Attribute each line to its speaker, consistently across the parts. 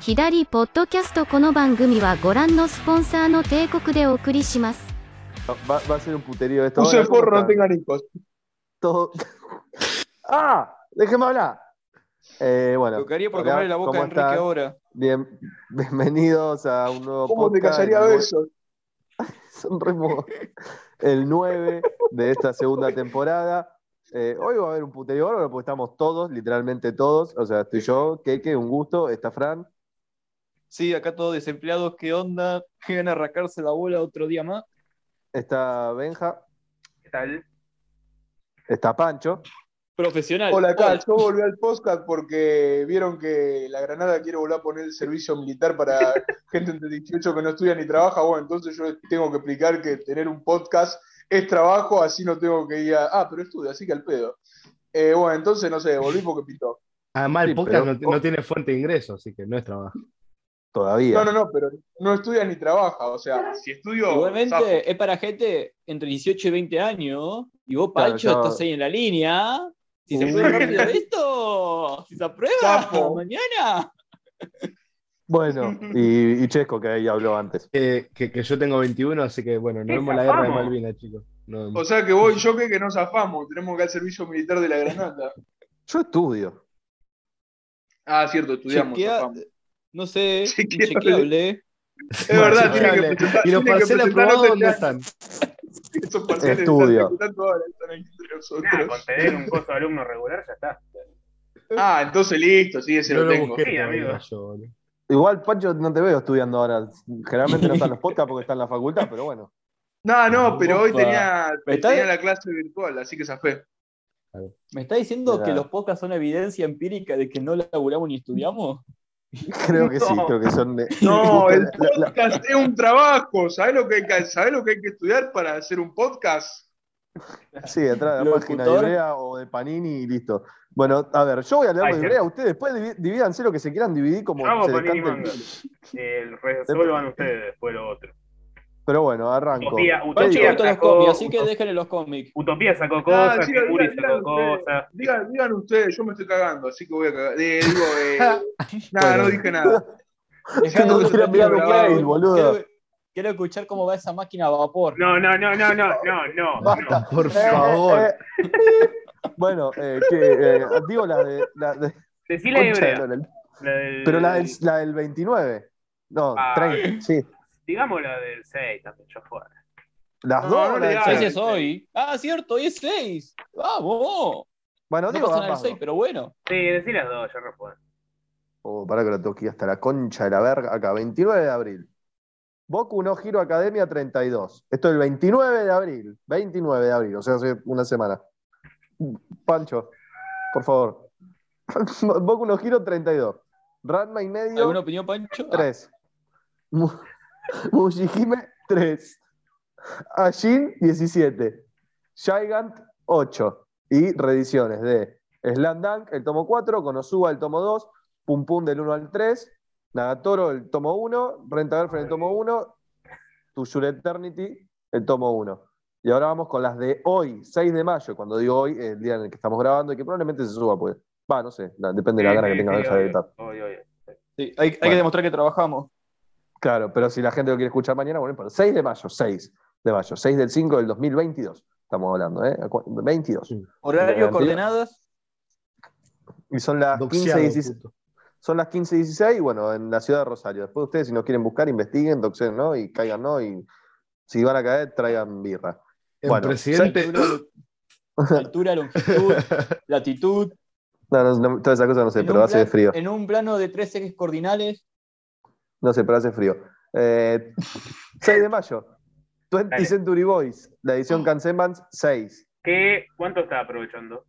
Speaker 1: 左ポッドキャストこの番組はご覧のスポンサーの帝国でお送りします
Speaker 2: Va, va a ser un puterío esto.
Speaker 3: Puse
Speaker 2: Ahora,
Speaker 3: forro, no
Speaker 2: puta,
Speaker 3: tengan hijos.
Speaker 2: todo- ¡Ah! Déjeme hablar. Eh, bueno,
Speaker 4: Tocaría por
Speaker 2: hola,
Speaker 4: comerle la boca
Speaker 2: ¿cómo
Speaker 4: a Enrique
Speaker 2: estás?
Speaker 4: ahora.
Speaker 2: bien- bienvenidos a un nuevo
Speaker 3: ¿Cómo te
Speaker 2: podcast. El
Speaker 3: callaría
Speaker 2: nue-
Speaker 3: eso?
Speaker 2: Son remo- El 9 de esta segunda temporada. Eh, hoy va a haber un puterío bárbaro porque estamos todos, literalmente todos. O sea, estoy yo, Keke, un gusto, está Fran.
Speaker 4: Sí, acá todos desempleados, ¿qué onda? Que van a arrancarse la bola otro día más.
Speaker 2: Está Benja,
Speaker 5: ¿Qué tal?
Speaker 2: está Pancho.
Speaker 4: Profesional.
Speaker 3: Hola, acá. Yo volví al podcast porque vieron que la Granada quiere volver a poner el servicio militar para gente entre 18 que no estudia ni trabaja. Bueno, entonces yo tengo que explicar que tener un podcast es trabajo, así no tengo que ir a. Ah, pero estudio, así que al pedo. Eh, bueno, entonces no sé, volví porque pitó.
Speaker 6: Además,
Speaker 2: Sí,
Speaker 6: el podcast
Speaker 2: pero-
Speaker 6: no, no tiene fuente de ingreso, así que no es trabajo.
Speaker 2: Todavía.
Speaker 3: No, no, no, pero no estudia ni trabaja, o sea.
Speaker 5: Si estudio.
Speaker 4: Igualmente
Speaker 5: zafo.
Speaker 4: es para gente entre 18 y 20 años. Y vos,
Speaker 2: Claro,
Speaker 4: Pancho,
Speaker 2: yo-
Speaker 4: estás ahí en la línea. Si se
Speaker 2: Sí.
Speaker 4: puede rápido esto, si se aprueba
Speaker 3: Sapo.
Speaker 4: mañana.
Speaker 2: Bueno, y, y Chesco, que ahí habló antes.
Speaker 6: Eh, que, que yo tengo 21, así que bueno,
Speaker 5: Sí,
Speaker 6: nos vemos en la guerra de
Speaker 5: zafamos.
Speaker 6: Malvinas, chicos. Nos vemos.
Speaker 3: O sea que vos y yo que, que nos zafamos, tenemos que al servicio militar de la Granada.
Speaker 2: Yo estudio.
Speaker 3: Ah, cierto, estudiamos.
Speaker 4: Chequea-
Speaker 3: zafamos.
Speaker 4: No sé,
Speaker 3: Chequeable.
Speaker 4: chequeable.
Speaker 3: Es verdad,
Speaker 6: Bueno,
Speaker 3: tiene que
Speaker 6: dale.
Speaker 3: presentar-
Speaker 6: ¿Y los
Speaker 3: tiene que
Speaker 6: parciales
Speaker 3: presentar
Speaker 6: aprobados
Speaker 3: antes
Speaker 6: dónde
Speaker 3: de-
Speaker 6: están?
Speaker 3: Esos parciales están
Speaker 2: Estudio.
Speaker 3: ejecutando ahora, están ahí entre
Speaker 5: Nada,
Speaker 3: nosotros.
Speaker 5: con tener un costo de alumno regular ya está.
Speaker 3: Ah, entonces listo, sí, ese
Speaker 6: No
Speaker 3: lo
Speaker 6: lo
Speaker 3: tengo.
Speaker 6: busqué,
Speaker 5: Sí, amigo.
Speaker 6: todavía, yo, boludo.
Speaker 2: Igual, Pancho, no te veo estudiando ahora. Generalmente no están los podcasts porque están en la facultad, pero bueno.
Speaker 3: No, no, pero hoy
Speaker 4: Opa.
Speaker 3: tenía,
Speaker 4: ¿Me está-
Speaker 3: tenía la clase virtual, así que zafé.
Speaker 4: ¿Me está diciendo
Speaker 2: Mirá.
Speaker 4: que los podcasts son evidencia empírica de que no laburamos ni estudiamos?
Speaker 2: Creo que sí,
Speaker 5: No.
Speaker 2: creo que son.
Speaker 3: No,
Speaker 2: La-
Speaker 3: el
Speaker 2: la- la-
Speaker 3: podcast es un trabajo. ¿Sabés lo, que hay que, ¿Sabés lo que hay que estudiar para hacer un podcast?
Speaker 2: sí, detrás de la
Speaker 4: Lo
Speaker 2: página
Speaker 4: locutor.
Speaker 2: de Ibrea o de Panini y listo. Bueno, a ver, yo voy a leer
Speaker 5: Ay,
Speaker 2: de
Speaker 5: sí.
Speaker 2: Ibrea. Ustedes después divi- divídanse lo que se quieran dividir como
Speaker 5: Yo hago
Speaker 2: se
Speaker 5: Panini
Speaker 2: decante el
Speaker 5: Manga.
Speaker 2: culo.
Speaker 5: El resuelvan ustedes después lo otro.
Speaker 2: Pero bueno, arranco.
Speaker 5: Utopía,
Speaker 4: Pancho
Speaker 2: digo,
Speaker 4: le
Speaker 5: Utopía
Speaker 4: gustan los
Speaker 5: sacó,
Speaker 4: cómics, así que déjenle los cómics.
Speaker 5: Utopía sacó cosas,
Speaker 3: Ah, sí, digan-
Speaker 5: Kikuri
Speaker 3: digan
Speaker 5: sacó
Speaker 3: ustedes.
Speaker 5: cosas.
Speaker 3: Digan, digan ustedes, yo me estoy cagando, así que voy a cagar. Eh, digo, eh, nada,
Speaker 6: Bueno.
Speaker 3: no dije nada.
Speaker 4: Dejá
Speaker 3: no
Speaker 4: de-
Speaker 3: quiero mirar un
Speaker 4: quiero-
Speaker 2: mail, boludo.
Speaker 4: quiero- Quiero escuchar cómo va esa máquina a vapor.
Speaker 5: No, no, no, no, no, no, no.
Speaker 2: Basta.
Speaker 6: Por
Speaker 2: Eh,
Speaker 6: favor.
Speaker 2: eh, eh. bueno, eh, que, eh, digo la de. La de
Speaker 5: Decí la de
Speaker 2: Concha de
Speaker 5: hebrea.
Speaker 2: Lola.
Speaker 5: La del-
Speaker 2: pero la del, la del 29. No,
Speaker 5: Ah.
Speaker 2: 30, sí.
Speaker 5: Digamos la del 6 también, yo fuera.
Speaker 2: Las
Speaker 3: No,
Speaker 2: dos.
Speaker 3: no
Speaker 2: la del
Speaker 3: le
Speaker 4: Sí,
Speaker 2: seis.
Speaker 3: hagas.
Speaker 4: sí, es hoy. Ah, cierto, hoy es 6. Vamos.
Speaker 2: Bueno,
Speaker 4: No
Speaker 2: digo,
Speaker 4: pasan al
Speaker 2: ambas
Speaker 4: 6,
Speaker 2: dos.
Speaker 4: pero bueno.
Speaker 5: Sí, decí las dos, yo no puedo.
Speaker 2: Oh, pará que la tengo que ir hasta la concha de la verga. Acá, 29 de abril. Boku no Giro Academia 32. Esto es el 29 de abril. 29 de abril, o sea, hace una semana. Pancho, por favor. Boku no Giro 32. Ranma y
Speaker 4: ¿Alguna
Speaker 2: medio
Speaker 4: opinión, Pancho? Ah,
Speaker 2: 3. Mu- Mushihime 3. Ajin 17. Gigant 8. Y reediciones de Slam Dunk, el tomo 4, Konosuba, el tomo 2, Pum Pum del 1 al 3, Nagatoro, el tomo 1, Renta Girlfriend, el tomo 1, To Your Eternity, el tomo 1. Y ahora vamos con las de hoy, 6 de mayo, cuando digo hoy, el día en el que estamos grabando y que probablemente se suba, pues. Va, no sé, la- depende de la gana que tenga Benja de editar.
Speaker 4: Ah, sí, hay, hay que
Speaker 2: Bueno.
Speaker 4: demostrar que trabajamos.
Speaker 2: Claro, pero si la gente lo quiere escuchar mañana, bueno, para 6 de mayo, 6 de mayo, 6 del 5 del 2022, estamos hablando, ¿eh? Acu- 22.
Speaker 4: Horario,
Speaker 2: Bien,
Speaker 4: coordenadas.
Speaker 2: Y son las
Speaker 6: Doxeado,
Speaker 2: 15 16,
Speaker 6: puto.
Speaker 2: son las 15 16, bueno, en la ciudad de Rosario. Después ustedes, si nos quieren buscar, investiguen, doxen, ¿no? Y caigan, ¿no? Y si van a caer, traigan birra.
Speaker 6: El
Speaker 2: Bueno,
Speaker 6: presidente.
Speaker 4: Altura, longitud, latitud.
Speaker 2: No, no, no, toda esa cosa no sé,
Speaker 4: en
Speaker 2: pero
Speaker 4: un
Speaker 2: hace
Speaker 4: plan-
Speaker 2: frío.
Speaker 4: En un plano de tres ejes cordinales.
Speaker 2: No sé, pero hace frío. Eh, 6 de mayo, 20
Speaker 5: Dale.
Speaker 2: Century Boys, la edición Cansemans 6.
Speaker 5: ¿Qué, ¿Cuánto está aprovechando?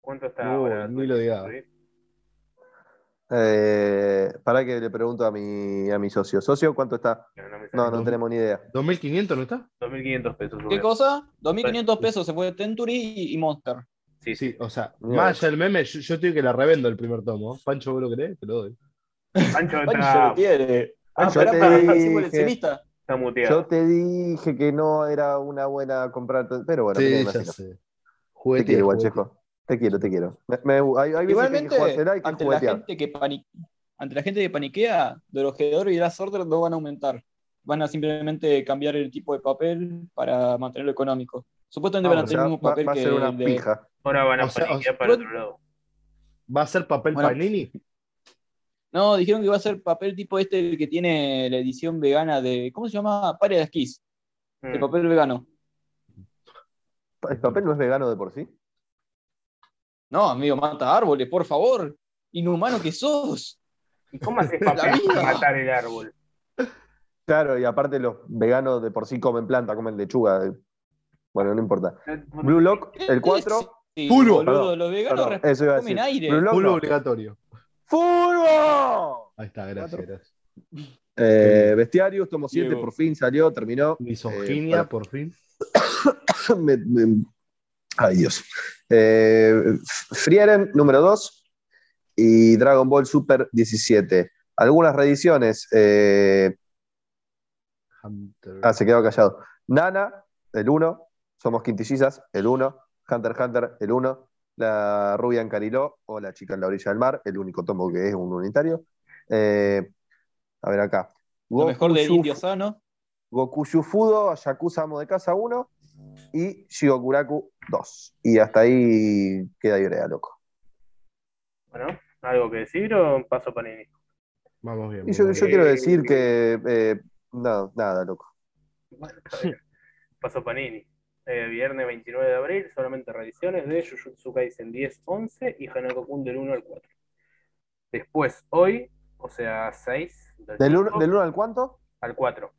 Speaker 5: ¿Cuánto está
Speaker 6: Uh,
Speaker 5: ahora?
Speaker 6: ni lo digas.
Speaker 2: Eh, para que le pregunto a mi, a mi socio. Socio, ¿cuánto está?
Speaker 5: No, no me
Speaker 2: No,
Speaker 5: sale.
Speaker 2: no tenemos ni idea.
Speaker 6: 2500 no está?
Speaker 5: 2.500 pesos.
Speaker 4: ¿Qué cosa? 2.500 pesos se fue Tenturi y, y Monster.
Speaker 5: Sí, sí.
Speaker 6: Sí, o sea,
Speaker 2: Mira.
Speaker 6: más allá del meme, yo, yo estoy que la revendo el primer tomo. ¿eh? Pancho, ¿vos lo querés? Te lo doy.
Speaker 5: Pancho
Speaker 4: Pancho
Speaker 5: está,
Speaker 4: lo tiene. Ah,
Speaker 2: Pancho,
Speaker 4: pará,
Speaker 2: Ah, te
Speaker 4: pará,
Speaker 2: dije.
Speaker 4: hacemos el escenista.
Speaker 5: está muteado.
Speaker 2: Yo te dije que no era una buena comprar, pero bueno,
Speaker 6: sí,
Speaker 2: me
Speaker 6: ya
Speaker 2: imagino.
Speaker 6: sé.
Speaker 2: te
Speaker 6: Juguete.
Speaker 2: quiero, igual, Checo. Te quiero, te quiero. Me- me- hay, hay veces que hay que
Speaker 4: Igualmente,
Speaker 2: jugársela y que
Speaker 4: ante la
Speaker 2: juguetear.
Speaker 4: gente que, pani- ante la gente que paniquea, Dorojedoro y Last Order no van a aumentar. Van a simplemente cambiar el tipo de papel para mantenerlo económico. Supuestamente van
Speaker 2: o
Speaker 4: a tener
Speaker 2: sea,
Speaker 4: el mismo
Speaker 2: va-
Speaker 4: papel
Speaker 2: va,
Speaker 4: que
Speaker 2: a ser una
Speaker 4: el de-
Speaker 2: pija.
Speaker 5: Ahora van
Speaker 6: O
Speaker 5: a
Speaker 6: sea,
Speaker 5: paniquear
Speaker 6: o-
Speaker 5: para otro lado.
Speaker 6: ¿Va a ser papel
Speaker 4: Bueno.
Speaker 6: panini?
Speaker 4: No, dijeron que iba a ser papel tipo este el que tiene la edición vegana de. ¿Cómo se llama? Paredes Kiss, el
Speaker 5: Mm.
Speaker 4: papel vegano.
Speaker 2: ¿El papel no es vegano de por sí?
Speaker 4: No, amigo, mata árboles, por favor. Inhumano que sos.
Speaker 5: ¿Y cómo haces papel
Speaker 4: vida.
Speaker 5: para matar el árbol?
Speaker 2: Claro, y aparte los veganos de por sí comen planta, comen lechuga. eh, Bueno, no importa.
Speaker 5: No-
Speaker 2: Blue Lock, el 4.
Speaker 4: Sí,
Speaker 6: Puro.
Speaker 4: boludo,
Speaker 2: Perdón,
Speaker 4: los veganos
Speaker 2: Perdón, eso iba a
Speaker 4: comen
Speaker 2: decir.
Speaker 4: aire.
Speaker 2: Blue Lock,
Speaker 6: Puro
Speaker 2: no.
Speaker 6: obligatorio.
Speaker 2: ¡Furbo!
Speaker 6: Ahí está, gracias,
Speaker 2: Cuatro.
Speaker 6: gracias.
Speaker 2: Eh, Bestiarius, tomo 7,
Speaker 4: Diego.
Speaker 2: por fin salió, terminó.
Speaker 6: Misoginia,
Speaker 2: Eh, para-
Speaker 6: por fin.
Speaker 2: Me- me- ay, Dios. Eh, F- Frieren, número 2. Y Dragon Ball Super 17. Algunas reediciones. eh,
Speaker 6: Hunter.
Speaker 2: ah, se quedó callado. Nana, el 1. Somos Quintillizas, el 1. Hunter x Hunter, el 1. La rubia en Cariló o La chica en la orilla del mar, el único tomo que es un unitario. Eh, a ver acá.
Speaker 4: Lo mejor de
Speaker 2: Goku
Speaker 4: Indio Sano.
Speaker 2: Goku Yufudo, Yakuza Amo de Casa 1 y Shigokuraku 2. Y hasta ahí queda Ibrea, loco.
Speaker 5: Bueno, ¿algo que decir o paso para Nini?
Speaker 6: Vamos bien.
Speaker 2: Y yo,
Speaker 6: vamos
Speaker 2: yo
Speaker 6: bien.
Speaker 2: quiero decir que. eh, no, nada, loco.
Speaker 5: Bueno, está bien. Paso Panini. Eh, viernes 29 de abril, solamente reediciones de Jujutsu Kaisen 10, 11 y Hanako Kun del 1 al 4. Después, hoy, o sea, 6 del,
Speaker 2: ¿Del 1
Speaker 5: cinco
Speaker 2: al cuánto?
Speaker 5: al 4.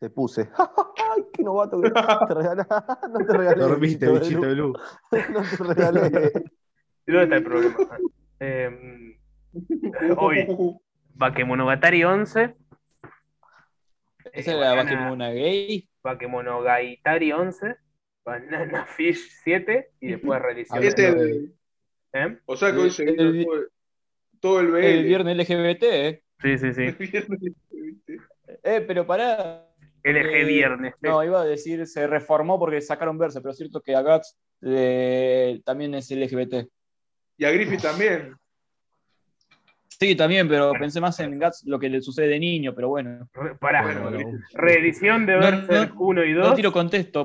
Speaker 2: Te puse. ¡Ay, qué novato! que- Te regalé. No te regalé. eh,
Speaker 6: Dormiste, bichito de luz.
Speaker 2: No te regalé.
Speaker 5: ¿Y dónde está el problema? Ah, eh, Hoy. Bakemonogatari 11.
Speaker 4: Esa
Speaker 5: Eh,
Speaker 4: era
Speaker 5: banana-
Speaker 4: Bakemuna Gay.
Speaker 5: Bakemonogatari 11. Banana Fish 7. Y después reediciones.
Speaker 3: Siete
Speaker 6: Hablando
Speaker 3: de-
Speaker 5: ¿Eh?
Speaker 3: Este, o sea que hoy se
Speaker 4: El-
Speaker 3: vino todo, el- todo el BL.
Speaker 4: El viernes LGBT, ¿eh?
Speaker 5: Sí, sí, sí.
Speaker 3: viernes, ¿viste?
Speaker 4: Eh, pero pará.
Speaker 5: LG
Speaker 4: Eh,
Speaker 5: Viernes.
Speaker 4: No, iba a decir, se reformó porque sacaron verse, pero es cierto que a Guts eh, también es LGBT.
Speaker 3: Y a Griffith también.
Speaker 4: Sí, también, pero
Speaker 5: Bueno.
Speaker 4: pensé más en Guts lo que le sucede de niño, pero bueno.
Speaker 5: Re- Pará.
Speaker 6: Bueno, bueno.
Speaker 5: Reedición de
Speaker 4: No,
Speaker 5: Berserk 1 y 2.
Speaker 4: No tiro contexto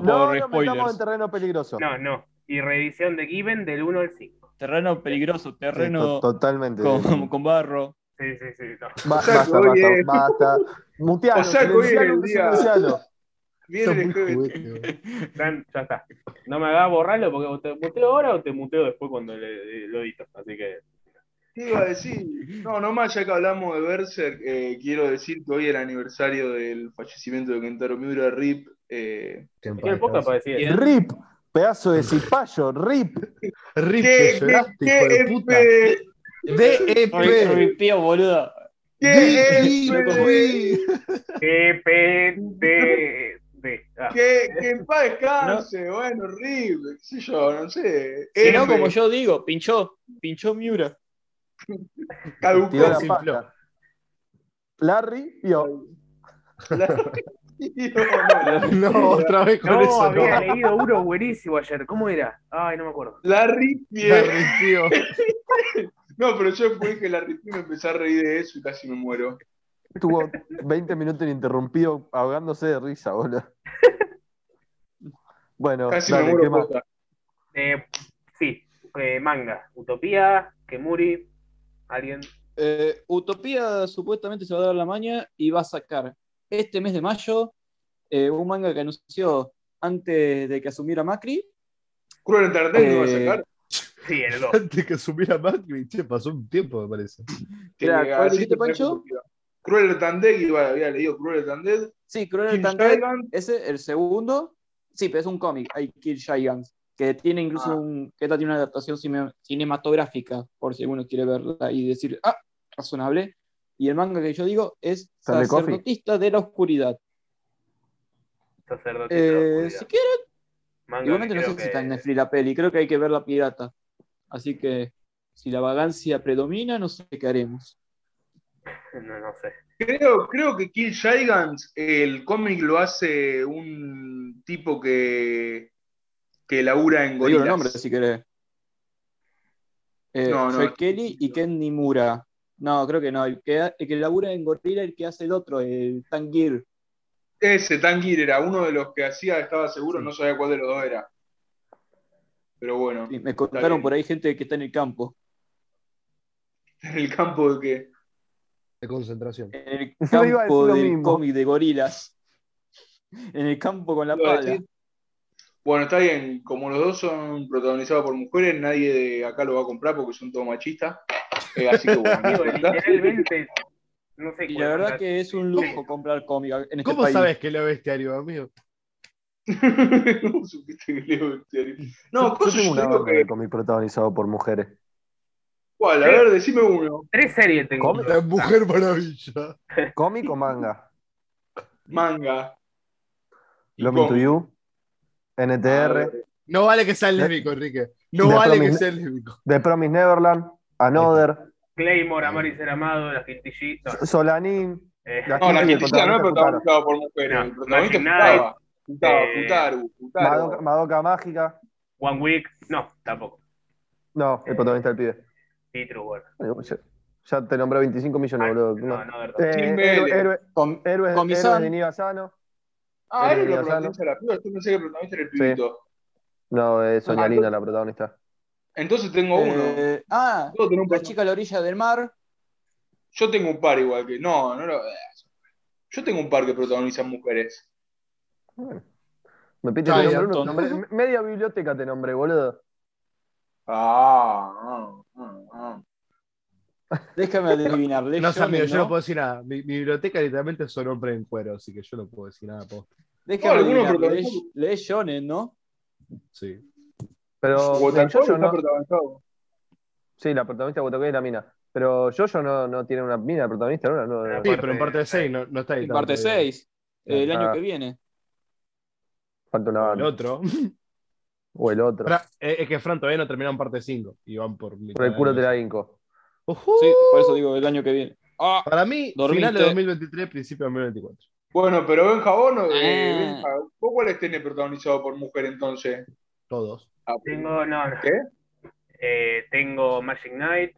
Speaker 2: No,
Speaker 4: por
Speaker 2: no metamos en
Speaker 4: spoilers.
Speaker 2: terreno peligroso.
Speaker 5: No, no. Y reedición de Given del 1 al 5.
Speaker 4: terreno peligroso,
Speaker 2: Sí, to-
Speaker 4: terreno
Speaker 2: Totalmente.
Speaker 4: con, con barro.
Speaker 5: Sí, sí, sí. No.
Speaker 2: Ba-
Speaker 3: O sea,
Speaker 2: basta,
Speaker 3: que hoy
Speaker 2: basta,
Speaker 3: es-
Speaker 2: basta. Mutealo,
Speaker 3: O sea, que hoy es
Speaker 2: silencialo,
Speaker 3: el día-
Speaker 2: silencialo.
Speaker 3: Viene
Speaker 6: Sos muy
Speaker 3: el jueves.
Speaker 6: juguete, boludo.
Speaker 5: Fran, ya está. No me hagas borrarlo porque o te muteo ahora o te muteo después cuando le- lo edito. Así que.
Speaker 3: ¿Qué iba a decir? No, nomás ya que hablamos de Berserk, eh, quiero decir que hoy era aniversario del fallecimiento de Kentaro Miura, RIP. eh,
Speaker 6: Que en paz
Speaker 5: Tiene poca para
Speaker 6: descanse.
Speaker 5: decir.
Speaker 4: Bien.
Speaker 2: Rip, pedazo de cipayo, rip.
Speaker 6: Rip,
Speaker 3: ¿Qué,
Speaker 6: que
Speaker 3: qué,
Speaker 6: lloraste,
Speaker 3: qué
Speaker 6: hijo de puta.
Speaker 3: F-
Speaker 4: Soy-
Speaker 6: DEP.
Speaker 4: soy pío, boludo.
Speaker 3: ¿Qué F-
Speaker 6: DEP.
Speaker 5: GPTD. Ah,
Speaker 3: Que, que en paz descanse, bueno, RIP, qué sé yo, no sé.
Speaker 2: Eh,
Speaker 4: Si no,
Speaker 3: F,
Speaker 4: como yo digo, pinchó, pinchó Miura.
Speaker 3: caducó.
Speaker 2: Tiró la
Speaker 6: Sí,
Speaker 2: pata.
Speaker 6: Flo.
Speaker 2: Larry, yo.
Speaker 3: La- No, no.
Speaker 6: No, otra vez con
Speaker 5: No,
Speaker 6: eso.
Speaker 5: había
Speaker 6: no.
Speaker 5: leído uno buenísimo ayer. ¿Cómo era? Ay, no me acuerdo.
Speaker 3: La RIP,
Speaker 6: La
Speaker 3: bien.
Speaker 6: ripió.
Speaker 3: No, pero yo después que la RIP me empecé a reír de eso y casi me muero.
Speaker 2: Tuvo 20 minutos ininterrumpido ahogándose de risa, boludo. Bueno,
Speaker 3: Casi
Speaker 2: dale,
Speaker 3: me
Speaker 2: ¿qué
Speaker 3: muero.
Speaker 2: más?
Speaker 3: posta.
Speaker 5: Eh, sí, eh, manga. Utopía, Kemuri, alguien.
Speaker 4: Eh, Utopía supuestamente se va a dar la maña y va a sacar este mes de mayo eh, un manga que anunció antes de que asumiera Macri.
Speaker 3: Cruel Entertainment
Speaker 4: Eh,
Speaker 3: va a sacar.
Speaker 5: Sí, el 2.
Speaker 6: Antes que subiera Macri, che, pasó un tiempo, me parece.
Speaker 3: Que
Speaker 4: mira,
Speaker 3: le-
Speaker 4: ¿cuál
Speaker 3: así
Speaker 4: dijiste,
Speaker 3: que-
Speaker 4: Pancho?
Speaker 3: Cruel Entertainment, iba, había leído Cruel Entertainment.
Speaker 4: Sí, creo que
Speaker 3: King
Speaker 4: el
Speaker 3: Giant,
Speaker 4: ese, el segundo. Sí, pero es un cómic, I Kill Giants, que tiene incluso
Speaker 3: Ah.
Speaker 4: un, que esta tiene una adaptación cine- cinematográfica, por si uno quiere verla y decir, ah, razonable. Y el manga que yo digo es
Speaker 2: ¿Sale Coffee?
Speaker 4: Sacerdotista de la Oscuridad.
Speaker 5: Sacerdote. de la
Speaker 4: Eh,
Speaker 5: oscuridad.
Speaker 4: si quieren,
Speaker 5: Manga
Speaker 4: Igualmente
Speaker 5: que
Speaker 4: no sé
Speaker 5: creo
Speaker 4: si está en
Speaker 5: que-
Speaker 4: Netflix la peli, creo que hay que ver la pirata. Así que si la vagancia predomina, no sé qué haremos.
Speaker 5: No, no sé.
Speaker 3: Creo, creo que Kill Gigants, el cómic lo hace un tipo que, que labura en
Speaker 4: Te digo
Speaker 3: Gorilas.
Speaker 4: el nombre si querés. Eh,
Speaker 3: No, no.
Speaker 4: Joe Kelly y Ken Nimura. No, creo que no. El que, el que labura en Gorilla, el que hace el otro, el Tangir.
Speaker 3: Ese Tangir era uno de los que hacía, estaba seguro, no sabía cuál de los dos era. Pero bueno,
Speaker 4: Y Me contaron
Speaker 3: bien.
Speaker 4: por ahí gente que está en el campo.
Speaker 3: en el campo de que.
Speaker 6: de concentración.
Speaker 4: En el
Speaker 2: Yo iba a decir
Speaker 4: campo
Speaker 2: lo
Speaker 4: del
Speaker 2: mismo.
Speaker 4: cómic de gorilas. En el campo con la
Speaker 3: Iba a
Speaker 4: pala.
Speaker 3: decir- Bueno, está bien, como los dos son protagonizados por mujeres, nadie de acá lo va a comprar porque son todos machistas. Eh, así que bueno,
Speaker 5: Digo, literalmente, no sé
Speaker 4: Y la
Speaker 5: cuál
Speaker 4: verdad
Speaker 5: será.
Speaker 4: que es un lujo comprar cómic en este
Speaker 6: ¿Cómo
Speaker 4: país.
Speaker 6: sabes que lo bestiario, amigo?
Speaker 3: ¿Cómo supiste que leo en serio? No,
Speaker 2: Yo
Speaker 3: cosas
Speaker 2: tengo
Speaker 3: yo
Speaker 2: una
Speaker 3: digo
Speaker 2: banda
Speaker 3: que-
Speaker 2: de cómic protagonizado por mujeres.
Speaker 3: ¿Cuál? A ver, decime uno.
Speaker 5: Tres series tengo.
Speaker 2: ¿Cómo?
Speaker 6: La mujer maravilla.
Speaker 2: ¿Cómic o manga?
Speaker 3: Manga.
Speaker 2: Loving to
Speaker 3: Cómic.
Speaker 2: You,
Speaker 3: A
Speaker 2: NTR,
Speaker 6: No vale que sea
Speaker 2: De-
Speaker 6: lésbico, Enrique. No
Speaker 2: de
Speaker 6: vale que
Speaker 2: promis-
Speaker 6: sea lésbico.
Speaker 2: The Promise Neverland, Another,
Speaker 5: Claymore, Amar y Ser Amado, Las Quintillitas.
Speaker 2: Solanín,
Speaker 5: Eh,
Speaker 2: La
Speaker 3: No, la
Speaker 2: gente que
Speaker 3: quintilla no es
Speaker 2: protagonista
Speaker 3: protagonizada por mujeres.
Speaker 5: No,
Speaker 3: el protagonista
Speaker 5: Magic Knight,
Speaker 3: putaba. Putaba,
Speaker 5: eh,
Speaker 3: putaru, putaru.
Speaker 2: Madoka, Madoka Mágica.
Speaker 5: One Week. No, tampoco.
Speaker 2: No, el
Speaker 5: Eh,
Speaker 2: protagonista del pibe.
Speaker 5: Sí, True World.
Speaker 2: Digo, Ya, ya te nombré 25 millones,
Speaker 5: Ah,
Speaker 2: boludo.
Speaker 5: No,
Speaker 2: No.
Speaker 5: no, verdad.
Speaker 2: Eh,
Speaker 3: Jim
Speaker 2: héroe-
Speaker 3: Vélez.
Speaker 2: héroe-
Speaker 4: Com-
Speaker 2: héroes,
Speaker 4: Comisán.
Speaker 2: héroes de Niva Sano.
Speaker 3: Ah, él es
Speaker 2: Eh,
Speaker 3: la protagonista de la piba. Yo pensé que el protagonista era el
Speaker 2: Sí.
Speaker 3: pibito.
Speaker 2: No, es Sonia
Speaker 3: Ah,
Speaker 2: Lina la protagonista.
Speaker 3: Entonces tengo uno.
Speaker 4: Eh, ah,
Speaker 3: Puedo tener un
Speaker 4: la
Speaker 3: par.
Speaker 4: chica a la orilla del mar.
Speaker 3: Yo tengo un par igual que. No, no lo. Yo tengo un par que protagonizan mujeres.
Speaker 2: Me pide
Speaker 6: Ay,
Speaker 2: nombre uno,
Speaker 4: Anton.
Speaker 2: nombré- me- media biblioteca te nombré, boludo.
Speaker 3: Ah, ah, ah.
Speaker 4: Déjame adivinar. Lex
Speaker 6: No sé, amigo,
Speaker 4: Jones,
Speaker 6: yo
Speaker 4: ¿no?
Speaker 6: no puedo decir nada. Mi, mi biblioteca literalmente son hombres en cuero, así que yo no puedo decir nada. posta.
Speaker 4: Déjame
Speaker 3: No, alguno
Speaker 4: adivinar.
Speaker 3: protagonizó.
Speaker 4: Lex- Lex Jones, ¿no?
Speaker 6: Sí.
Speaker 2: Pero
Speaker 3: Botafogo
Speaker 2: yo,
Speaker 3: está
Speaker 2: no,
Speaker 3: protagonizado.
Speaker 2: sí, la protagonista de Botafogo es la mina. Pero Jojo no, no tiene una mina de protagonista, ¿no? no, no.
Speaker 6: Sí, pero en parte de 6 no, no está ahí.
Speaker 4: En parte 6. El
Speaker 2: Ah.
Speaker 4: año que viene.
Speaker 2: falta una
Speaker 6: El
Speaker 2: banda.
Speaker 6: otro.
Speaker 2: O el otro.
Speaker 6: Fra- eh, es que Fran todavía no terminó en parte 5 y van por mi.
Speaker 2: Por el culo te la inco.
Speaker 4: Sí, por eso digo el año que viene. Ah,
Speaker 6: Para mí,
Speaker 4: Dormiste.
Speaker 6: final de 2023, principio de 2024.
Speaker 3: Bueno, pero Benja, vos no. eh,
Speaker 4: Ah.
Speaker 3: Benja, ¿vos cuáles tenés protagonizado por mujer entonces?
Speaker 6: Todos.
Speaker 3: Ah,
Speaker 5: Tengo, no, no.
Speaker 3: ¿Qué?
Speaker 5: Eh, tengo Magic Knight,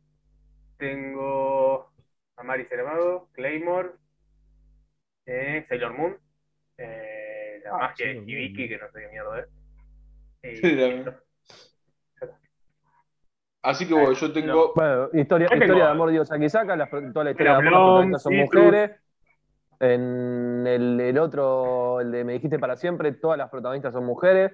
Speaker 5: tengo Amar y Ser Amado, Claymore, eh, Sailor Moon, eh, la
Speaker 3: Ah,
Speaker 5: magia de
Speaker 6: Sailor Moon.
Speaker 5: Hibiki, que no sé qué mierda es. Y
Speaker 3: Sí, la-
Speaker 5: listo.
Speaker 3: Así que bueno, yo tengo.
Speaker 2: Bueno, historia,
Speaker 5: Yo tengo-
Speaker 2: historia de amor de Osakisaka, las pro- toda la historia
Speaker 5: Mira,
Speaker 2: de amor, las
Speaker 5: Blom,
Speaker 2: protagonistas son
Speaker 5: Citrus.
Speaker 2: mujeres. En el, el otro, el de Me dijiste para siempre, todas las protagonistas son mujeres.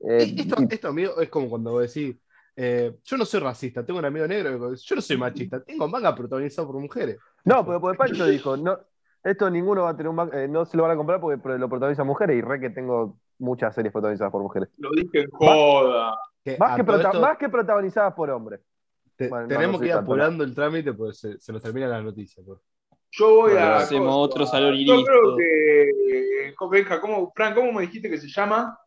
Speaker 2: Eh,
Speaker 6: Esto, esto, amigo, es como cuando vos decís. eh, yo no soy racista, tengo un amigo negro, yo no soy machista, tengo manga protagonizado por mujeres.
Speaker 2: No, pero porque Pancho dijo, no, esto ninguno va a tener un ban- eh, no se lo van a comprar porque pro- lo protagonizan mujeres y re que tengo muchas series protagonizadas por mujeres.
Speaker 3: Lo dije en joda.
Speaker 2: Más,
Speaker 6: a
Speaker 2: que,
Speaker 6: Ah, todo
Speaker 2: prota-
Speaker 6: esto-
Speaker 2: más que protagonizadas por hombres.
Speaker 6: Te-
Speaker 2: Bueno, no,
Speaker 6: tenemos
Speaker 2: no soy
Speaker 6: que ir
Speaker 2: tanto,
Speaker 6: apurando el trámite porque se, se nos terminan las noticias. por-
Speaker 3: Yo voy
Speaker 2: Bueno,
Speaker 3: a.
Speaker 4: hacemos otro salón y
Speaker 3: Yo creo
Speaker 4: listo.
Speaker 3: que. eh, Benja, ¿cómo, Fran, ¿cómo me dijiste que se llama?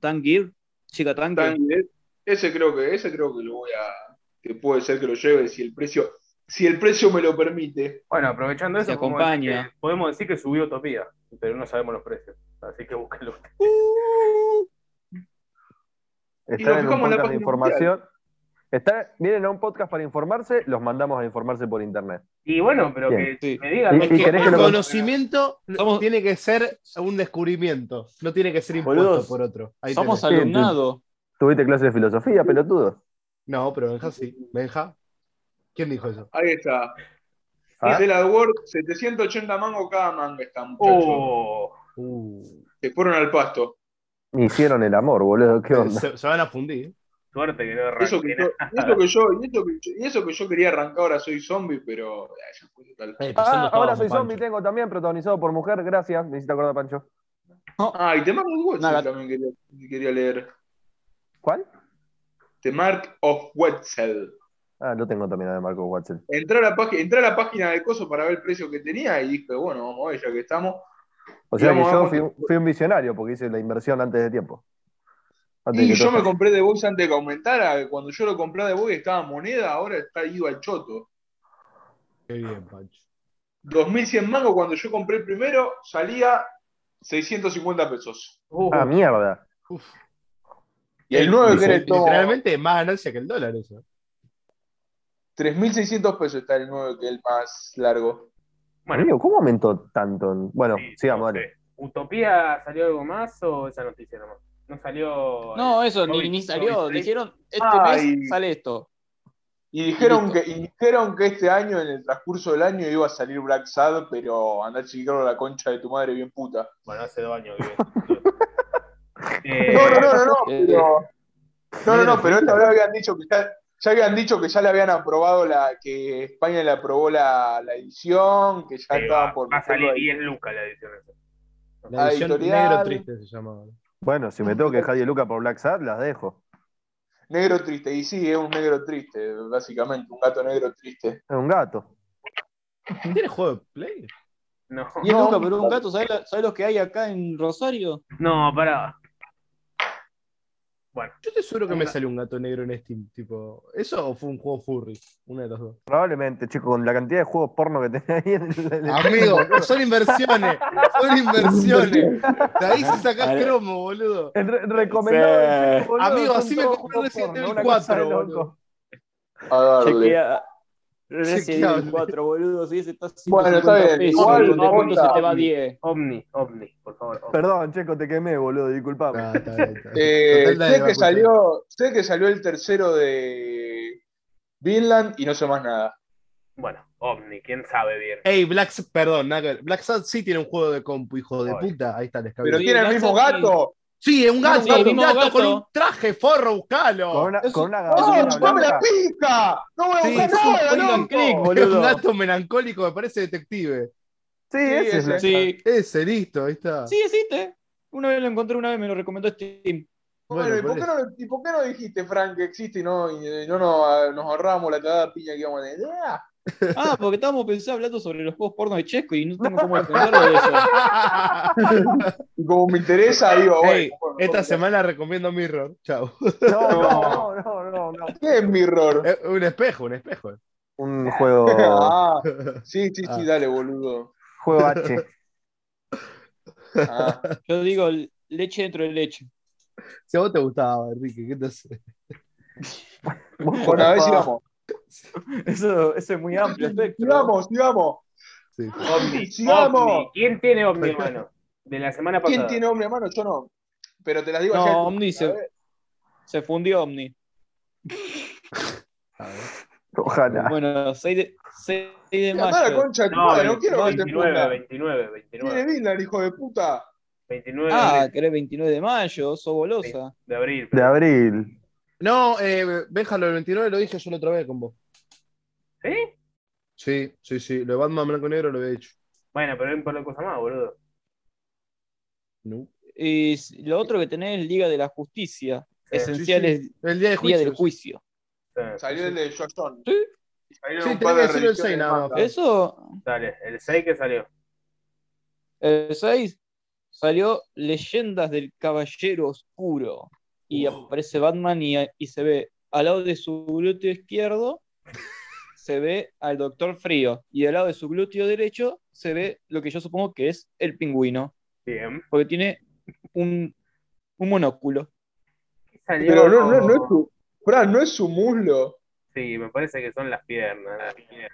Speaker 4: Tangir. Chica Tangir.
Speaker 3: Tangir. Ese creo que, ese creo que lo voy a. que puede ser que lo lleve si el precio, si el precio me lo permite.
Speaker 5: Bueno, aprovechando
Speaker 4: Se
Speaker 5: eso, podemos
Speaker 4: acompaña.
Speaker 5: decir que- podemos decir que subió Utopía, pero no sabemos los precios, así que búsquenlo.
Speaker 3: lo
Speaker 2: Están en un
Speaker 3: fijamos en la
Speaker 2: podcast de
Speaker 3: página oficial.
Speaker 2: información. Están- vienen a un podcast para informarse, los mandamos a informarse por internet.
Speaker 5: Y bueno, pero
Speaker 2: Bien.
Speaker 5: que
Speaker 4: Sí.
Speaker 5: me digan...
Speaker 2: Y-
Speaker 5: ¿no?
Speaker 6: Es que
Speaker 2: querés que
Speaker 6: el
Speaker 2: lo-
Speaker 6: conocimiento
Speaker 4: Somos-
Speaker 6: tiene que ser un descubrimiento, no tiene que ser impuesto
Speaker 4: Boludos,
Speaker 6: por otro. Ahí
Speaker 4: Somos
Speaker 6: tenés.
Speaker 2: tenés.
Speaker 4: alumnado.
Speaker 2: ¿Tuviste clases de filosofía, pelotudo?
Speaker 6: No, pero Benja sí. Benja, ¿quién dijo eso?
Speaker 3: Ahí está.
Speaker 2: Ah.
Speaker 3: Es el AdWord, 780 mangos cada manga está, muchachos.
Speaker 5: Oh,
Speaker 6: Uh,
Speaker 3: Se fueron al pasto.
Speaker 2: Me hicieron el amor, boludo, ¿qué onda?
Speaker 6: eh, se, se van a fundir. Eh,
Speaker 5: suerte que no
Speaker 3: Eso que
Speaker 5: arranqué
Speaker 3: yo, y eso que yo, y eso que yo, y eso que yo quería arrancar ahora soy zombie, pero ay, ya fue total.
Speaker 6: Eh,
Speaker 2: Ah,
Speaker 6: pasando
Speaker 2: ahora
Speaker 6: estábamos,
Speaker 2: soy zombie,
Speaker 6: Pancho.
Speaker 2: tengo también protagonizado por mujer, gracias, me hiciste acordar, Pancho.
Speaker 3: Ah, y The Mark of Wetzel
Speaker 4: Nada.
Speaker 3: también quería, quería leer.
Speaker 2: ¿Cuál?
Speaker 3: The Mark of Wetzel.
Speaker 2: Ah, lo tengo también, de Marco Watson.
Speaker 3: Entré a, la página, entré a la página de Coso para ver el precio que tenía y dije, bueno, vamos a ver, ya que estamos.
Speaker 2: O sea que
Speaker 3: Digamos,
Speaker 2: yo
Speaker 3: vamos-
Speaker 2: fui, un- fui un visionario porque hice la inversión antes de tiempo. Antes de
Speaker 3: Y
Speaker 2: que
Speaker 3: yo
Speaker 2: todo
Speaker 3: me
Speaker 2: esto-
Speaker 3: compré The Voice antes de que aumentara. Cuando yo lo compré The Voice estaba moneda, ahora está ido al choto.
Speaker 6: Qué bien, Pancho.
Speaker 3: 2100 mangos cuando yo compré el primero salía 650 pesos.
Speaker 5: Uh,
Speaker 2: Ah, mierda.
Speaker 3: Y el 9 que
Speaker 6: Dice,
Speaker 3: era el tomo.
Speaker 6: literalmente más ganancia que el dólar eso.
Speaker 3: 3.600 pesos está el 9, que es el más largo.
Speaker 2: Amigo, ¿cómo aumentó tanto? Bueno,
Speaker 5: Sí,
Speaker 2: sigamos,
Speaker 5: no
Speaker 2: dale.
Speaker 5: sé. ¿Utopía salió algo más o esa noticia nomás? No salió. eh,
Speaker 4: No, eso ni,
Speaker 5: Covid-
Speaker 4: ni salió.
Speaker 5: Covid-
Speaker 4: Dijeron, este
Speaker 3: Ay.
Speaker 4: mes sale esto.
Speaker 3: Y dijeron, que, y dijeron que este año, en el transcurso del año, iba a salir Black Sad, pero andá chiquero la concha de tu madre bien puta.
Speaker 5: Bueno, hace dos años que- Eh,
Speaker 3: No, no, no, no, no,
Speaker 4: Eh,
Speaker 3: pero, no, no, no, pero esta vez habían dicho que ya, ya habían dicho que ya le habían aprobado la, que España le aprobó la, la edición, que ya
Speaker 5: eh, va,
Speaker 3: estaban por
Speaker 5: va a salir
Speaker 3: meterlo ahí.
Speaker 5: 10 lucas la edición. esa.
Speaker 6: La edición
Speaker 3: editorial.
Speaker 6: Negro Triste se llamaba.
Speaker 2: Bueno, si me tengo que dejar de Luca por Black Sad, las dejo.
Speaker 3: Negro triste, y sí, es un negro triste, básicamente, un gato negro triste.
Speaker 2: Es un gato.
Speaker 6: ¿Tienes juego de Play?
Speaker 5: No,
Speaker 4: Y es
Speaker 3: No.
Speaker 4: Luca, pero un gato, ¿sabes, la- sabes los que hay acá en Rosario?
Speaker 5: no, pará. Bueno,
Speaker 6: Yo te juro que me salió un gato negro en Steam. Tipo, ¿Eso o fue un juego furry? Una de las dos.
Speaker 2: Probablemente, chico, con la cantidad de juegos porno que tenés ahí en el- en el-
Speaker 6: Ah, Amigo, son inversiones. Son inversiones. De ahí se
Speaker 4: A
Speaker 6: sacás
Speaker 4: ver.
Speaker 6: cromo, boludo.
Speaker 2: El re- recomendado.
Speaker 4: Sí.
Speaker 6: Amigo, así me compré
Speaker 2: compré
Speaker 6: Resident Evil 4, boludo.
Speaker 3: A darle.
Speaker 4: Chequea. Resident
Speaker 6: Chequeable.
Speaker 4: Evil 4, boludo, si ese está
Speaker 3: Bueno,
Speaker 4: 150
Speaker 3: está bien.
Speaker 4: pesos,
Speaker 5: Igual,
Speaker 4: boludo, de
Speaker 5: no,
Speaker 4: pronto
Speaker 5: está
Speaker 4: se te va
Speaker 5: bien.
Speaker 4: 10.
Speaker 5: Omni, Omni, por favor. Omni.
Speaker 2: Perdón, checo, te quemé, boludo, disculpame.
Speaker 6: Ah, está bien, está bien.
Speaker 3: Eh,
Speaker 6: Total, nadie
Speaker 3: sé,
Speaker 6: va a
Speaker 3: que
Speaker 6: escuchar.
Speaker 3: salió, sé que salió el tercero de Vinland y no sé más nada.
Speaker 5: Bueno, Omni, quién sabe bien.
Speaker 6: Ey, Black, S- perdón, nada que ver. Black Sad sí tiene un juego de compu, hijo de
Speaker 5: Ay.
Speaker 6: puta. Ahí está el
Speaker 3: Pero
Speaker 6: escabio.
Speaker 4: Sí,
Speaker 3: tiene el
Speaker 4: Black
Speaker 3: mismo
Speaker 4: Sabbath.
Speaker 3: gato.
Speaker 6: Sí, es un gato,
Speaker 4: Sí,
Speaker 6: un
Speaker 4: mismo
Speaker 6: gato,
Speaker 4: gato.
Speaker 6: con un traje forro, buscalo.
Speaker 2: Con una,
Speaker 4: es
Speaker 2: con
Speaker 4: un-
Speaker 2: una
Speaker 4: es un
Speaker 3: ¡Oh,
Speaker 2: gabardina
Speaker 4: gato
Speaker 3: chupame la
Speaker 2: blanca.
Speaker 3: pija! ¡No voy a
Speaker 6: Sí,
Speaker 3: buscar
Speaker 6: es un
Speaker 3: nada,
Speaker 4: Point and
Speaker 3: loco!
Speaker 4: click,
Speaker 6: Es un
Speaker 4: boludo.
Speaker 6: gato melancólico, me parece detective.
Speaker 2: Sí,
Speaker 3: Sí,
Speaker 2: ese es
Speaker 3: ese.
Speaker 2: la-
Speaker 4: Sí,
Speaker 6: Ese, listo, ahí está.
Speaker 4: sí existe. Una vez lo encontré, una vez me lo recomendó Steam.
Speaker 3: Bueno, ¿y por,
Speaker 6: Bueno,
Speaker 3: qué no, lo- y por qué no dijiste, Frank, que existe y no, y no nos, nos ahorramos la cagada piña que íbamos a tener? Ah,
Speaker 4: Ah, porque estábamos pensando hablando sobre los juegos porno de Chesco y no tengo cómo defenderlo de eso.
Speaker 3: Y como me interesa, digo, bueno,
Speaker 6: Ey,
Speaker 3: bueno,
Speaker 6: esta
Speaker 3: bueno.
Speaker 6: semana recomiendo Mirror. Chao.
Speaker 2: No, no, no, no, no.
Speaker 3: ¿Qué es Mirror?
Speaker 6: Eh, Un espejo, un espejo.
Speaker 2: Un juego,
Speaker 3: Ah, sí, sí,
Speaker 6: Ah.
Speaker 3: sí, dale, boludo.
Speaker 2: juego H.
Speaker 3: Ah.
Speaker 4: Yo digo leche dentro de leche.
Speaker 6: Si a vos te gustaba, Enrique, ¿qué te hace?
Speaker 3: Bueno, a ver si vamos.
Speaker 4: Eso, eso es muy amplio. espectro.
Speaker 3: Sigamos, sigamos.
Speaker 6: Sí.
Speaker 5: Omni,
Speaker 3: Sigamos.
Speaker 5: Omni. ¿Quién tiene Omni, hermano? De la semana pasada.
Speaker 3: ¿Quién tiene hombre a mano? Yo no. Pero te las digo ayer.
Speaker 4: No, Omni se, se fundió Omni.
Speaker 6: A ver.
Speaker 2: Ojalá.
Speaker 4: Bueno, 6 de, 6 de
Speaker 3: Andá a la
Speaker 4: mayo.
Speaker 3: concha de tu
Speaker 5: No,
Speaker 3: madre, no quiero que te
Speaker 5: 29,
Speaker 3: ponga.
Speaker 5: 29,
Speaker 3: Tiene
Speaker 5: 29.
Speaker 3: Vinland, hijo de puta.
Speaker 5: 29
Speaker 4: Ah,
Speaker 5: de,
Speaker 4: querés 29 de mayo, sos bolosa.
Speaker 5: de abril.
Speaker 2: De abril.
Speaker 6: No, eh, Benja, lo del 29 lo dije yo la otra vez con vos.
Speaker 5: ¿Sí?
Speaker 6: Sí, sí, sí. Lo de Batman blanco y negro lo había hecho.
Speaker 5: Bueno, pero hay un par de cosas más, boludo.
Speaker 6: No.
Speaker 4: Y s- lo otro que tenés es Liga de la Justicia.
Speaker 5: Sí,
Speaker 4: Esenciales
Speaker 6: El día de
Speaker 4: Día
Speaker 6: juicio.
Speaker 4: del Juicio.
Speaker 5: O sea,
Speaker 3: Salió el de Joshon.
Speaker 4: Sí.
Speaker 3: Y salieron
Speaker 6: Sí,
Speaker 3: un
Speaker 6: tenés
Speaker 3: par
Speaker 6: que
Speaker 3: de
Speaker 6: decirlo el
Speaker 3: revisiones
Speaker 6: 6 nada
Speaker 3: más.
Speaker 6: más.
Speaker 4: Eso,
Speaker 5: Dale, el 6 que salió.
Speaker 4: el 6, salió Leyendas del Caballero Oscuro. Y aparece Batman y, y se ve al lado de su glúteo izquierdo, se ve al Doctor Frío. Y al lado de su glúteo derecho, se ve lo que yo supongo que es el pingüino.
Speaker 5: Bien.
Speaker 4: Porque tiene un, un monóculo.
Speaker 5: ¿Qué salió?
Speaker 3: Pero no, no, no es su. Fran, no es su muslo.
Speaker 5: Sí, me parece que son las piernas. las piernas.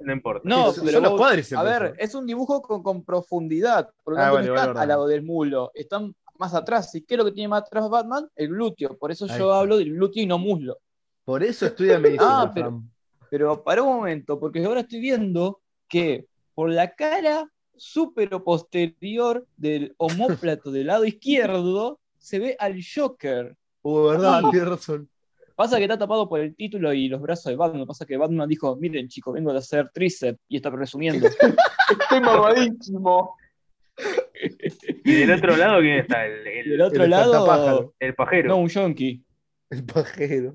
Speaker 5: No importa.
Speaker 4: No,
Speaker 6: Sí, son-
Speaker 4: pero
Speaker 6: son los
Speaker 4: vos-
Speaker 6: cuádriceps.
Speaker 4: A ver, eh, es un dibujo con, con profundidad, porque
Speaker 6: Ah,
Speaker 4: no
Speaker 6: vale, vale,
Speaker 4: están
Speaker 6: vale.
Speaker 4: al lado del muslo, están más atrás. ¿Y qué es lo que tiene más atrás Batman? El glúteo. Por eso
Speaker 6: Ahí
Speaker 4: yo
Speaker 6: está.
Speaker 4: hablo del glúteo y no muslo.
Speaker 6: Por eso estudia medicina.
Speaker 4: Ah, pero-
Speaker 6: Fran.
Speaker 4: Pero para un momento, porque ahora estoy viendo que por la cara súper posterior del homóplato del lado izquierdo se ve al Joker.
Speaker 6: Uh, verdad,
Speaker 4: Sí.
Speaker 6: tienes razón.
Speaker 4: Pasa que está tapado por el título y los brazos de Batman. Pasa que Batman dijo, miren chicos, vengo de hacer tríceps y está presumiendo.
Speaker 3: Estoy mamadísimo.
Speaker 5: ¿Y del otro lado quién está? El, el-
Speaker 4: Y del otro
Speaker 6: El espantapájaro.
Speaker 4: lado,
Speaker 5: el pajero.
Speaker 4: no, un yonki.
Speaker 6: El pajero.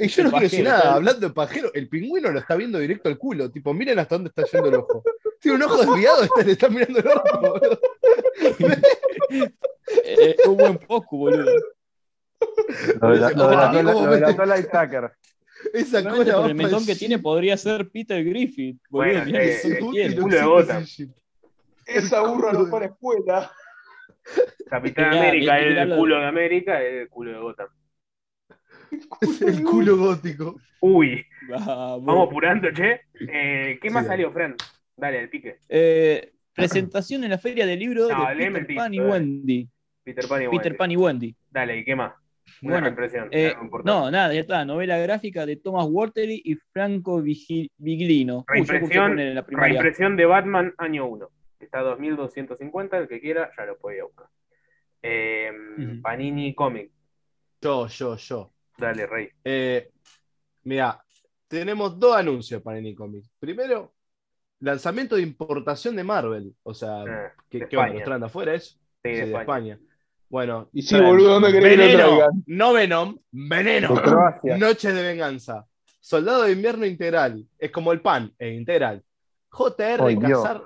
Speaker 6: Y yo
Speaker 4: El
Speaker 6: no quiero
Speaker 4: pajero,
Speaker 6: decir nada,
Speaker 4: tal.
Speaker 6: hablando de pajero, el pingüino lo está viendo directo al culo. Tipo, miren hasta dónde está yendo el ojo. Tiene un ojo desviado, está- le está mirando el ojo. boludo.
Speaker 4: Eh, un buen poco, boludo.
Speaker 2: Lo de la- lo de la
Speaker 6: Amigo,
Speaker 2: cola-
Speaker 6: vos
Speaker 2: lo de la
Speaker 6: me-
Speaker 2: cola y Tucker.
Speaker 6: Esa
Speaker 4: Realmente,
Speaker 6: cola va
Speaker 4: por el mentón que
Speaker 6: para
Speaker 4: tiene podría ser Peter Griffith, boludo.
Speaker 5: pues, Bueno,
Speaker 4: mirá que
Speaker 5: eh,
Speaker 4: sí que
Speaker 5: eh,
Speaker 4: tiene.
Speaker 5: culo de Gotham.
Speaker 3: Esa burra no fue a la escuela.
Speaker 5: Capitán
Speaker 4: Mirá,
Speaker 5: América,
Speaker 4: mirá, mirá
Speaker 5: el
Speaker 4: lo-
Speaker 5: culo de América, el culo de Gotham.
Speaker 6: Es el culo gótico.
Speaker 5: Uy,
Speaker 4: Vamos.
Speaker 5: Vamos apurando, che. Eh, ¿Qué más
Speaker 6: Sí, dale.
Speaker 5: salió, Fran? Dale, el pique.
Speaker 4: Eh, presentación en la Feria del Libro de
Speaker 5: No, eh. léeme
Speaker 4: Peter
Speaker 5: el piso,
Speaker 4: Pan y
Speaker 5: dale.
Speaker 4: Wendy.
Speaker 5: Peter Pan y
Speaker 4: Peter
Speaker 5: Wendy.
Speaker 4: Pan y Wendy.
Speaker 5: Dale, ¿y qué más? Una
Speaker 4: Bueno,
Speaker 5: impresión.
Speaker 4: Eh, no, nada, ya está. Novela gráfica de Thomas Watery y Franco Vigi- Viglino. Uy, yo cursé
Speaker 5: Reimpresión,
Speaker 4: con él en la primaria.
Speaker 5: Reimpresión de Batman año 1. Está 2250, el que quiera ya lo podía buscar. Eh,
Speaker 4: Ujú.
Speaker 5: Panini Comic.
Speaker 6: Yo, yo, yo.
Speaker 5: Dale, Rey.
Speaker 6: Eh, mira, tenemos dos anuncios para Any Comics. Primero, lanzamiento de importación de Marvel. O sea,
Speaker 5: Ah,
Speaker 6: ¿qué,
Speaker 5: de
Speaker 6: qué onda?
Speaker 5: España.
Speaker 6: ¿Los traen de afuera eso?
Speaker 5: sí,
Speaker 6: Sí,
Speaker 5: de España.
Speaker 6: Bueno,
Speaker 3: Y sí,
Speaker 6: traen
Speaker 3: boludo, ¿dónde querés que lo
Speaker 6: Veneno,
Speaker 3: traigan?
Speaker 6: no Venom, Veneno.
Speaker 2: De Croacia.
Speaker 6: Noche de venganza. Soldado de invierno integral. Es como el pan, es integral. JR
Speaker 2: Ay, Dios.
Speaker 6: Cazar.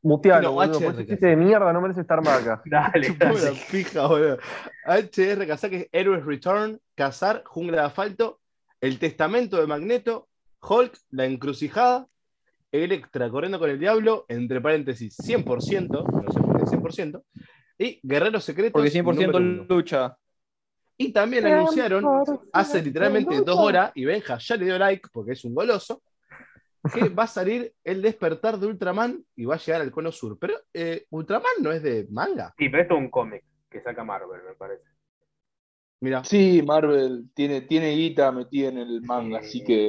Speaker 2: Mutealo,
Speaker 6: No,
Speaker 2: boludo.
Speaker 6: HR,
Speaker 2: Por ese chiste de mierda no mereces estar más acá.
Speaker 5: Dale,
Speaker 6: Pura
Speaker 5: dale.
Speaker 6: pija, boludo. HR Cazar, que es Heroes Return, Cazar, Jungla de Asfalto, El Testamento de Magneto, Hulk, La Encrucijada, Electra, Corriendo con el Diablo, entre paréntesis, 100%, no sé por qué 100%, y Guerrero Secreto.
Speaker 4: Porque 100% lucha.
Speaker 6: Y también anunciaron, hace literalmente dos horas, y Benja ya le dio like porque es un goloso, que va a salir el despertar de Ultraman y va a llegar al cono sur. Pero eh, Ultraman no es de manga.
Speaker 5: Sí, pero esto es un cómic que saca Marvel, me parece.
Speaker 6: Mira,
Speaker 3: Sí, Marvel tiene, tiene guita metida en el manga, así que.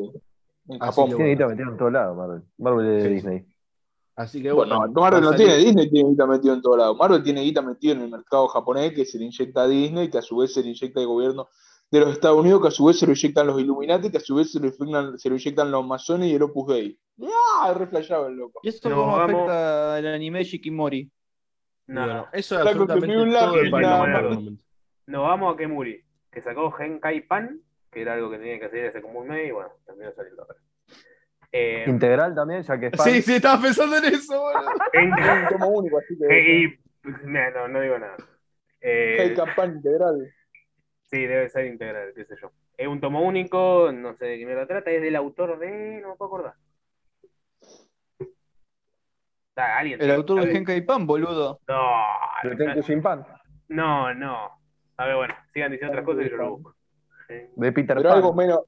Speaker 3: En
Speaker 6: Así
Speaker 3: Japón.
Speaker 6: que
Speaker 2: Tiene guita metida en todos lados, Marvel. Marvel es de
Speaker 6: Sí, sí.
Speaker 2: Disney.
Speaker 6: así que bueno.
Speaker 3: Bueno, Marvel
Speaker 6: va a
Speaker 3: no
Speaker 6: salir-
Speaker 3: tiene, Disney tiene guita metido en todo lado. Marvel tiene guita metido en el mercado japonés que se le inyecta a Disney, que a su vez se le inyecta el gobierno de los Estados Unidos, que a su vez se lo inyectan los Illuminati, que a su vez se lo inyectan, se lo inyectan los masones y el Opus Dei. ¡Ah! Re flashado el loco.
Speaker 4: ¿Y esto
Speaker 5: Nos
Speaker 4: cómo
Speaker 5: vamos.
Speaker 4: afecta al anime Shikimori?
Speaker 5: No,
Speaker 6: Bueno, eso es
Speaker 3: Flaco,
Speaker 6: absolutamente
Speaker 3: que me un
Speaker 6: todo
Speaker 3: lápiz,
Speaker 6: el país.
Speaker 5: nada
Speaker 6: por el
Speaker 5: más.
Speaker 6: momento.
Speaker 5: Nos vamos a Kemuri, que sacó Genkai Pan, que era algo que tenía que hacer hace como un mes, y bueno, terminó saliendo ahora. Eh,
Speaker 2: Integral también, ya que es fan.
Speaker 6: Sí, sí, estaba pensando en eso, boludo.
Speaker 5: Genkai-
Speaker 3: Es un tomo único, así que.
Speaker 5: y- mira, no, no digo nada. Eh,
Speaker 3: Hay campana integral.
Speaker 5: sí, debe ser integral, qué sé yo. Es un tomo único, no sé de quién me lo trata, es del autor de. No me puedo acordar. Da, alguien.
Speaker 4: El autor de
Speaker 5: sabe.
Speaker 4: Genkai Pan, boludo.
Speaker 5: No,
Speaker 2: De Tenku Shin Pan.
Speaker 5: no, no. A ver, bueno, sigan diciendo otras cosas y yo lo busco. Eh,
Speaker 2: De Peter
Speaker 3: Pero
Speaker 2: Pan.
Speaker 3: algo menos.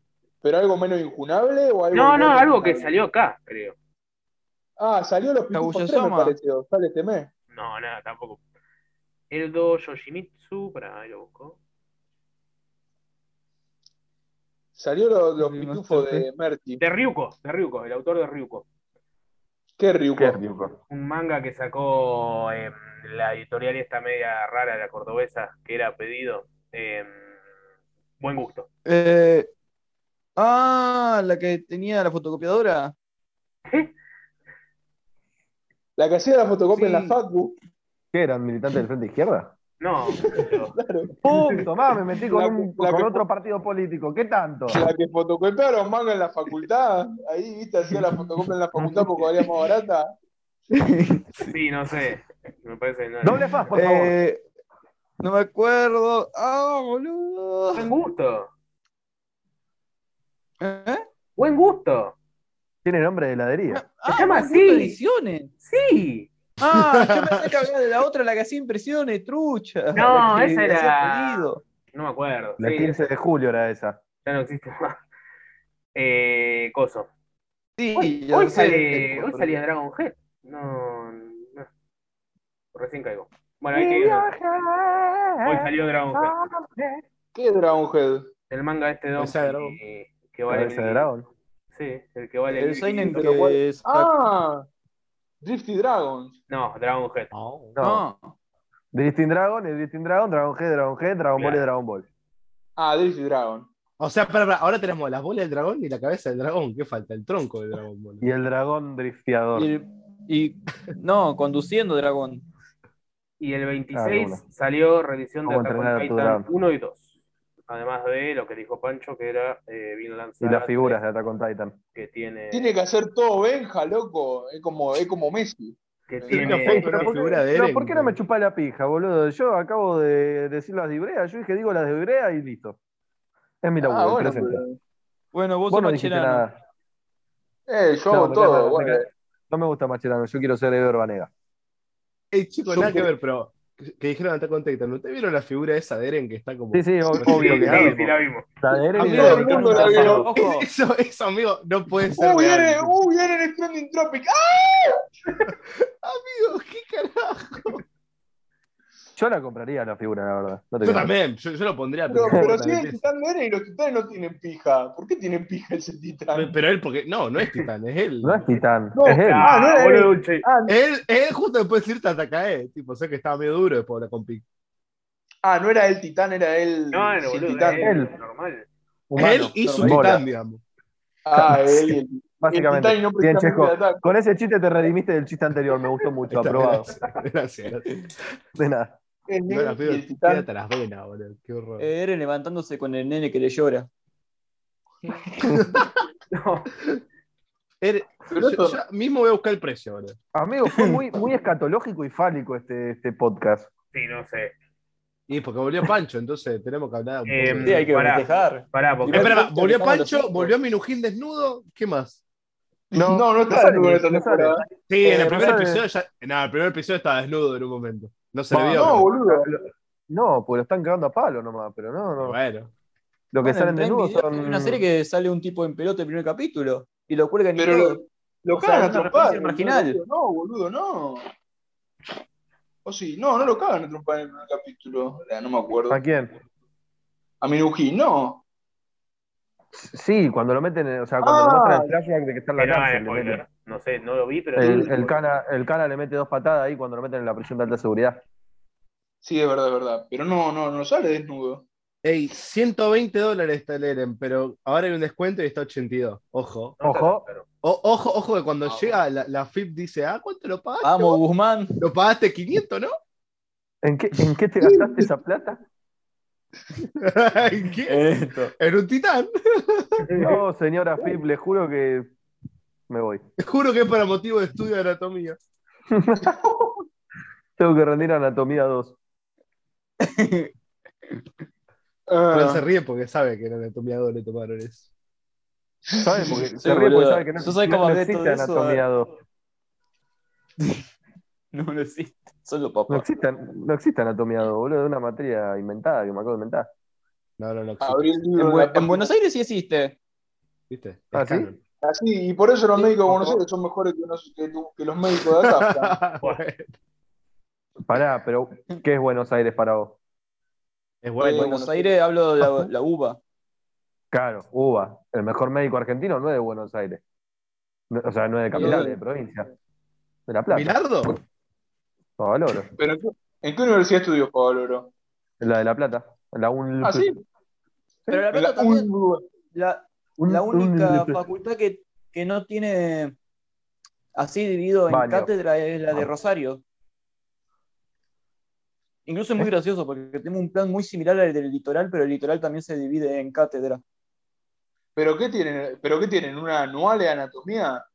Speaker 3: ¿Pero algo menos injunable o algo
Speaker 5: No, no,
Speaker 3: menos
Speaker 5: algo que
Speaker 3: injunable?
Speaker 5: salió acá, creo.
Speaker 3: Ah, salió los pitufos 3, me
Speaker 4: Kaguya-sama.
Speaker 3: pareció. Sale este mes.
Speaker 5: No, nada, tampoco. Eldo Yoshimitsu, para ahí lo busco.
Speaker 3: Salió lo- los
Speaker 4: Sí,
Speaker 3: pitufos
Speaker 4: bastante.
Speaker 3: de Merti.
Speaker 5: De Ryuko, de Ryuko, el autor de Ryuko.
Speaker 3: Qué rico.
Speaker 2: Qué rico.
Speaker 5: un manga que sacó em, la editorial esta media rara, la cordobesa, que era pedido. em, buen gusto.
Speaker 4: Eh, ah, la que tenía la fotocopiadora.
Speaker 3: La que hacía la fotocopia en la
Speaker 4: Sí.
Speaker 3: Facu.
Speaker 2: ¿Qué eran? ¿Militantes del Frente Izquierda?
Speaker 5: No, yo-
Speaker 3: Claro.
Speaker 2: Punto, más, me metí con,
Speaker 3: La-
Speaker 2: un-
Speaker 3: la-
Speaker 2: con otro partido político. ¿Qué tanto?
Speaker 3: La que fotocopiaba los mangas en la facultad. Ahí, viste, hacía la fotocopia en la facultad porque valía más barata.
Speaker 5: sí, no sé. Me parece que no.
Speaker 2: Doble faz, por favor.
Speaker 4: Eh, no me acuerdo. Ah, boludo.
Speaker 5: Buen gusto.
Speaker 4: ¿Eh?
Speaker 5: Buen gusto.
Speaker 2: Tiene nombre de heladería.
Speaker 4: Ah,
Speaker 5: llama
Speaker 4: Buen Gusto
Speaker 5: así.
Speaker 4: Ediciones.
Speaker 5: Sí.
Speaker 4: Ah, yo pensé que hablaba de la otra, la que hacía impresiones, trucha. La
Speaker 5: No,
Speaker 4: que
Speaker 5: esa era-
Speaker 4: hacía pedido.
Speaker 5: No me acuerdo.
Speaker 2: La
Speaker 5: Sí,
Speaker 2: 15 de julio era esa.
Speaker 5: ya no existe más. Eh, coso.
Speaker 4: Sí,
Speaker 5: Hoy,
Speaker 4: ya
Speaker 5: hoy
Speaker 4: sé.
Speaker 5: sale, hoy salía Dragon Head. No, no. Recién caigo. Bueno, hay que Hoy salió Dragon Head.
Speaker 3: ¿Qué Dragonhead?
Speaker 5: El manga este de
Speaker 6: Cabeza de dragón.
Speaker 5: eh, que
Speaker 2: La
Speaker 5: vale.
Speaker 2: cabeza de dragón.
Speaker 5: Sí, el que vale.
Speaker 4: El seinen
Speaker 3: pero cuál-
Speaker 4: que es...
Speaker 3: Ah, Drifty Dragons.
Speaker 5: No, Dragon Head.
Speaker 2: No.
Speaker 4: No.
Speaker 2: Drifting Dragon, el Drifting Dragon, Dragon Head, Dragon Head, Dragon Ball y
Speaker 5: Claro.
Speaker 2: Dragon Ball.
Speaker 3: Ah, Drifty Dragon.
Speaker 6: O sea, pará, pará, ahora tenemos las bolas del dragón y la cabeza del dragón. ¿Qué falta? El tronco del dragón, boludo.
Speaker 2: Y el dragón drifteador.
Speaker 4: Y, y- no, conduciendo Dragón.
Speaker 5: Y el 26
Speaker 2: Claro, bueno.
Speaker 5: salió reedición de
Speaker 2: Ah, Vamos a
Speaker 5: Attack on
Speaker 2: entrenar a tu
Speaker 5: Titan
Speaker 2: dragón.
Speaker 5: 1 y 2. Además de lo que dijo Pancho, que era eh, Vinland
Speaker 2: Y
Speaker 5: Saga
Speaker 2: las figuras eh. de Attack on Titan.
Speaker 5: que tiene.
Speaker 3: Tiene que hacer todo Benja, loco. Es como, es como Messi.
Speaker 5: que
Speaker 6: Tiene
Speaker 5: tiene-
Speaker 6: una foto,
Speaker 2: Pero
Speaker 6: una
Speaker 2: ¿por qué-
Speaker 6: figura de
Speaker 2: no,
Speaker 6: Eren,
Speaker 2: ¿Por qué no me
Speaker 6: boludo.
Speaker 2: chupa la pija, boludo? Yo acabo de decir las de Ibrea. Yo dije, digo las de Ibrea y listo. Es mi laburo,
Speaker 3: Ah,
Speaker 2: el
Speaker 3: bueno,
Speaker 2: presente.
Speaker 4: Bueno, vos
Speaker 2: Vos
Speaker 4: sos
Speaker 2: no dijiste
Speaker 4: macherano.
Speaker 2: nada.
Speaker 3: pero- eh, yo
Speaker 2: No,
Speaker 3: hago
Speaker 2: me
Speaker 3: todo.
Speaker 2: cae- me
Speaker 3: bueno.
Speaker 2: cae- no me gusta Macherano, yo quiero ser Ever Banega.
Speaker 6: Eh, chicos,
Speaker 3: Yo
Speaker 6: nada que
Speaker 3: creo-
Speaker 6: ver, pero que, que dijeron Attack on Titan. ¿Ustedes vieron la figura esa de Eren que está como.
Speaker 2: Sí, sí, ob-
Speaker 6: Pero-
Speaker 2: obvio
Speaker 5: Sí,
Speaker 2: que
Speaker 5: sí,
Speaker 2: algo.
Speaker 5: sí, la vimos.
Speaker 2: La de Eren
Speaker 6: A
Speaker 2: y
Speaker 6: mí
Speaker 2: la
Speaker 6: todo
Speaker 2: de
Speaker 6: el mundo
Speaker 2: Capitán
Speaker 3: la vio.
Speaker 2: Pablo.
Speaker 4: Ojo,
Speaker 6: Eso, eso, amigo, no puede ser.
Speaker 3: ¡Uy,
Speaker 6: real.
Speaker 3: Eren! ¡Uy, Eren Stranding Tropic! ¡Ah!
Speaker 6: Amigo, ¿qué carajo?
Speaker 2: Yo la compraría la figura, la verdad. No te
Speaker 6: Yo
Speaker 2: miento.
Speaker 6: también, yo, yo lo pondría.
Speaker 3: Pero,
Speaker 6: Pero,
Speaker 3: pero siguen quitando Eren y los titanes no tienen pija. ¿Por qué tienen pija ese titán?
Speaker 6: pero él, porque. No, no es Titán, es él.
Speaker 2: No es Titán,
Speaker 3: No,
Speaker 2: es él.
Speaker 5: Ah,
Speaker 3: no, no, no.
Speaker 5: boludo, che.
Speaker 6: Él, él justo después de irte a Takae, tipo, sé que estaba medio duro después de la compi.
Speaker 3: Ah, no era el titán, era el
Speaker 5: No, no,
Speaker 3: sin
Speaker 5: boludo, eh.
Speaker 3: titán.
Speaker 5: era él, normal.
Speaker 2: Humano,
Speaker 6: él y su
Speaker 2: bola,
Speaker 6: titán, digamos.
Speaker 3: Ah, él y el, y el
Speaker 2: Básicamente.
Speaker 3: titán y no
Speaker 2: Bien,
Speaker 3: precisamente
Speaker 2: Checo.
Speaker 3: el ataque.
Speaker 2: Con ese chiste te redimiste del chiste anterior, me gustó mucho,
Speaker 6: Está,
Speaker 2: aprobado.
Speaker 6: Gracias, gracias.
Speaker 2: De nada.
Speaker 3: El
Speaker 6: No,
Speaker 3: negro
Speaker 6: la
Speaker 3: y
Speaker 6: pido,
Speaker 3: el titán.
Speaker 6: tírate las venas, boludo. Qué horror.
Speaker 4: Eh, Eren levantándose con el nene que le llora.
Speaker 5: No,
Speaker 6: Él-
Speaker 3: Pero
Speaker 6: yo,
Speaker 3: eso-
Speaker 6: yo mismo voy a buscar el precio, boludo.
Speaker 2: Amigo, fue muy, muy escatológico y fálico este, este podcast.
Speaker 5: sí, no sé.
Speaker 6: Y porque volvió Pancho, entonces tenemos que hablar un poco.
Speaker 5: Eh,
Speaker 6: de-
Speaker 4: Sí, hay que
Speaker 5: Pará.
Speaker 4: festejar.
Speaker 5: Pará,
Speaker 6: Eh,
Speaker 5: porque
Speaker 6: pará, pará,
Speaker 4: Pancho,
Speaker 6: volvió
Speaker 4: estamos
Speaker 6: Pancho,
Speaker 4: los
Speaker 6: volvió Minujín desnudo, ¿qué más?
Speaker 3: No, no, no está
Speaker 2: sale,
Speaker 3: con esta
Speaker 2: no
Speaker 3: temporada.
Speaker 6: Sí, en el
Speaker 2: Eh,
Speaker 6: primer
Speaker 2: no sé.
Speaker 6: episodio ya. No, el primer episodio estaba desnudo en un momento. No se
Speaker 2: No,
Speaker 6: le vio.
Speaker 3: Ah, No,
Speaker 6: pero-
Speaker 3: boludo.
Speaker 2: No, porque lo están cagando a palo nomás, pero no, no.
Speaker 6: Bueno.
Speaker 2: Lo que
Speaker 4: Bueno,
Speaker 2: salen
Speaker 4: está en
Speaker 2: desnudos
Speaker 4: video,
Speaker 2: son.
Speaker 4: Hay una serie que sale un tipo en pelota el primer capítulo y lo cuelgan y
Speaker 3: Pero
Speaker 4: todo.
Speaker 3: lo, lo
Speaker 4: O sea,
Speaker 3: cagan
Speaker 4: es
Speaker 3: a
Speaker 4: una
Speaker 3: trompar.
Speaker 4: referencia marginal.
Speaker 3: boludo, No, boludo, no. O sí, no, no lo cagan a trompar en el primer capítulo. Eh, No me acuerdo.
Speaker 2: ¿A quién?
Speaker 3: A Minuji, no.
Speaker 2: Sí, cuando lo meten, en- o sea, cuando
Speaker 3: Ah.
Speaker 2: lo muestran el flashback de que está en la
Speaker 5: Pero, ah,
Speaker 2: cárcel. le
Speaker 5: spoiler.
Speaker 2: meten.
Speaker 5: No sé, no lo vi, pero.
Speaker 2: El, el cana, el cana le mete dos patadas ahí cuando lo meten en la prisión de alta seguridad.
Speaker 3: Sí, es verdad, es verdad. Pero no, no, no sale desnudo.
Speaker 6: Ey, 120 dólares está el Eren, pero ahora hay un descuento y está 82. Ojo.
Speaker 5: No,
Speaker 2: Ojo.
Speaker 5: pero-
Speaker 6: O- ojo, ojo, que cuando
Speaker 5: Ah,
Speaker 6: llega la, la FIP dice, ah, ¿cuánto lo pagaste?
Speaker 4: Vamos, Guzmán.
Speaker 6: Lo pagaste 500, ¿no?
Speaker 2: ¿En qué, ¿En qué te gastaste esa plata?
Speaker 6: ¿En
Speaker 4: Eh.
Speaker 6: qué?
Speaker 4: Esto.
Speaker 6: En un titán.
Speaker 2: No, señora Phip, le juro que me voy.
Speaker 6: Te Juro que es para motivo de estudio de anatomía.
Speaker 2: Tengo que rendir anatomía 2.
Speaker 6: Fran se
Speaker 3: Ah,
Speaker 6: ríe porque sabe que en anatomía 2 le tomaron eso.
Speaker 2: ¿Saben? Porque se
Speaker 4: Sí,
Speaker 2: ríe porque
Speaker 4: boludo.
Speaker 2: sabe que no,
Speaker 4: Yo soy
Speaker 2: no-
Speaker 4: como
Speaker 2: no
Speaker 4: Beto
Speaker 2: existe
Speaker 4: de eso,
Speaker 2: anatomía 2.
Speaker 4: No lo existe. Solo
Speaker 2: No
Speaker 4: papá.
Speaker 2: existe, no existe anatomía 2, boludo. Es una materia inventada que me acabo de inventar.
Speaker 6: No, no, no. existe,
Speaker 3: abrí el libro
Speaker 4: En,
Speaker 3: de
Speaker 4: Bu-
Speaker 3: la
Speaker 4: en
Speaker 3: página.
Speaker 4: Buenos Aires sí existe.
Speaker 6: ¿Viste? Es
Speaker 2: ¿Ah, sí?
Speaker 6: canon.
Speaker 3: Así, y por eso los médicos de Buenos Aires son mejores que, nos- que tu- que los médicos de acá. Fran.
Speaker 6: Bueno,
Speaker 2: Pará, pero ¿qué es Buenos Aires para vos?
Speaker 6: es
Speaker 4: En
Speaker 3: Eh,
Speaker 6: bueno.
Speaker 4: Buenos Aires hablo de la, la uva.
Speaker 2: Claro, UBA. El mejor médico argentino no es de Buenos Aires. No- O sea, no es de capital,
Speaker 4: Bien.
Speaker 2: es de provincia. De La Plata.
Speaker 6: ¿Milardo?
Speaker 2: No, valoro.
Speaker 3: Pero ¿en qué, en qué universidad estudió Pablo Oro?
Speaker 2: La de La Plata. La un...
Speaker 3: Ah, sí.
Speaker 4: Pero la,
Speaker 3: En
Speaker 4: plata
Speaker 3: la
Speaker 4: también,
Speaker 3: UNLU.
Speaker 4: la,
Speaker 2: un-
Speaker 4: la
Speaker 2: un-
Speaker 4: única facultad que, que no tiene así dividido en
Speaker 2: Baño.
Speaker 4: cátedra es la de
Speaker 2: Ah.
Speaker 4: Rosario. Incluso es muy gracioso porque tenemos un plan muy similar al del litoral, pero el litoral también se divide en cátedra.
Speaker 3: ¿Pero qué tienen? ¿Pero qué tienen? ¿Una anual de anatomía?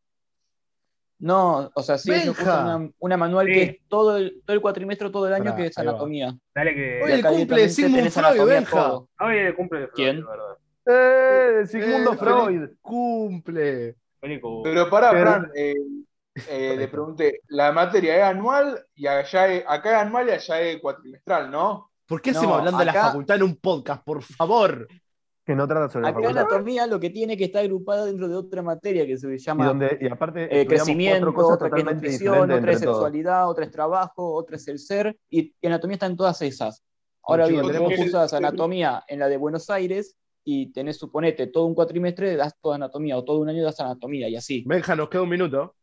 Speaker 4: No, o sea, sí, ellos
Speaker 6: Benja.
Speaker 4: usan una, una manual
Speaker 5: Sí.
Speaker 4: que es todo el, todo el cuatrimestre, todo el año,
Speaker 6: Pará,
Speaker 4: que es
Speaker 6: ahí va.
Speaker 4: anatomía.
Speaker 5: Dale que.
Speaker 6: Hoy
Speaker 4: Y
Speaker 6: el
Speaker 4: acá
Speaker 6: cumple de
Speaker 4: directamente
Speaker 6: Sigmund
Speaker 4: tenés
Speaker 6: Freud,
Speaker 4: anatomía
Speaker 6: Benja.
Speaker 4: todo.
Speaker 5: Hoy el cumple de Freud,
Speaker 4: ¿Quién?
Speaker 5: de verdad.
Speaker 2: ¡Eh! de Sigmundo
Speaker 6: Eh,
Speaker 2: Freud.
Speaker 6: Cumple.
Speaker 5: Feliz cu-
Speaker 3: Pero pará,
Speaker 2: Pero-
Speaker 3: Fran, eh, eh, le pregunté, la materia es anual y allá es- acá es anual y allá es cuatrimestral, ¿no?
Speaker 6: ¿Por qué
Speaker 4: No,
Speaker 6: hacemos hablando de la
Speaker 4: acá-
Speaker 6: facultad en un podcast? Por favor.
Speaker 2: Que no trata sobre la
Speaker 4: Acá
Speaker 2: facultad.
Speaker 4: anatomía lo que tiene que está agrupada dentro de otra materia que se
Speaker 2: Y,
Speaker 4: llama
Speaker 2: donde, y aparte,
Speaker 4: eh,
Speaker 2: estudiamos
Speaker 4: crecimiento,
Speaker 2: cuatro cosas
Speaker 4: otra que es
Speaker 2: totalmente
Speaker 4: nutrición,
Speaker 2: diferentes
Speaker 4: otra es
Speaker 2: entre todos.
Speaker 4: sexualidad, otra es trabajo, otra es el ser, y, y anatomía está en todas esas. Ahora
Speaker 6: Chicos,
Speaker 4: bien, vos
Speaker 3: tenemos que-
Speaker 4: usás anatomía en la de Buenos Aires y tenés, suponete, todo un cuatrimestre das toda anatomía, o todo un año das anatomía, y así.
Speaker 6: Benja, nos queda un minuto.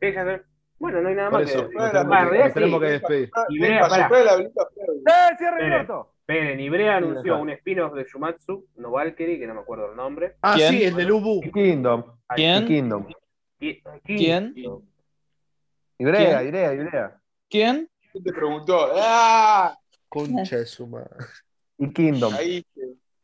Speaker 5: Sí, ya sé. Bueno, no hay nada
Speaker 6: Por
Speaker 5: más
Speaker 6: eso,
Speaker 5: que.
Speaker 6: nos
Speaker 3: Bueno,
Speaker 6: tenemos,
Speaker 5: Ah, en
Speaker 6: que,
Speaker 5: realidad
Speaker 6: nos tenemos
Speaker 5: sí.
Speaker 6: que despedir.
Speaker 5: Ah, Y
Speaker 3: Ven,
Speaker 5: Brea,
Speaker 3: para
Speaker 5: pará.
Speaker 3: soplar la velita, Fran.
Speaker 2: ¡Eh, cierre
Speaker 5: Esperen.
Speaker 2: Alberto!
Speaker 5: Esperen, y Brea anunció
Speaker 2: Ajá.
Speaker 5: un spin-off de Shumatsu, no Valkyrie, que no me acuerdo el nombre.
Speaker 6: Ah,
Speaker 4: ¿Quién?
Speaker 6: sí, el del Ubu.
Speaker 2: Y Kingdom.
Speaker 5: Ay,
Speaker 4: ¿Quién?
Speaker 2: Y Kingdom.
Speaker 5: Ki-
Speaker 4: ¿Quién?
Speaker 2: Ibrea,
Speaker 4: ¿Quién?
Speaker 2: Ibrea, Ibrea.
Speaker 4: ¿Quién?
Speaker 3: ¿Quién te preguntó? ¡Ah!
Speaker 6: Concha de su madre.
Speaker 2: Y Kingdom.
Speaker 3: Ahí.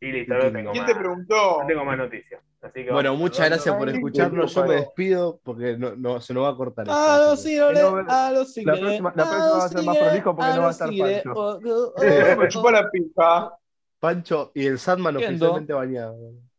Speaker 5: Y listo, no tengo
Speaker 3: ¿Quién
Speaker 5: más.
Speaker 3: te preguntó?
Speaker 5: No tengo más noticias. Así que
Speaker 6: Bueno,
Speaker 5: vamos.
Speaker 6: muchas gracias por
Speaker 2: Ay,
Speaker 6: escucharnos. Yo
Speaker 2: disculpa,
Speaker 6: me
Speaker 2: no.
Speaker 6: despido porque no, no- se nos va a cortar. esto.
Speaker 4: A los
Speaker 2: Que no-
Speaker 4: siglos, a los siglos.
Speaker 2: próxima- la próxima va a ser más prolijo porque no va a estar Pancho.
Speaker 3: Me chupó la pija.
Speaker 6: Pancho y el Sandman
Speaker 4: Entiendo.
Speaker 6: oficialmente bañado.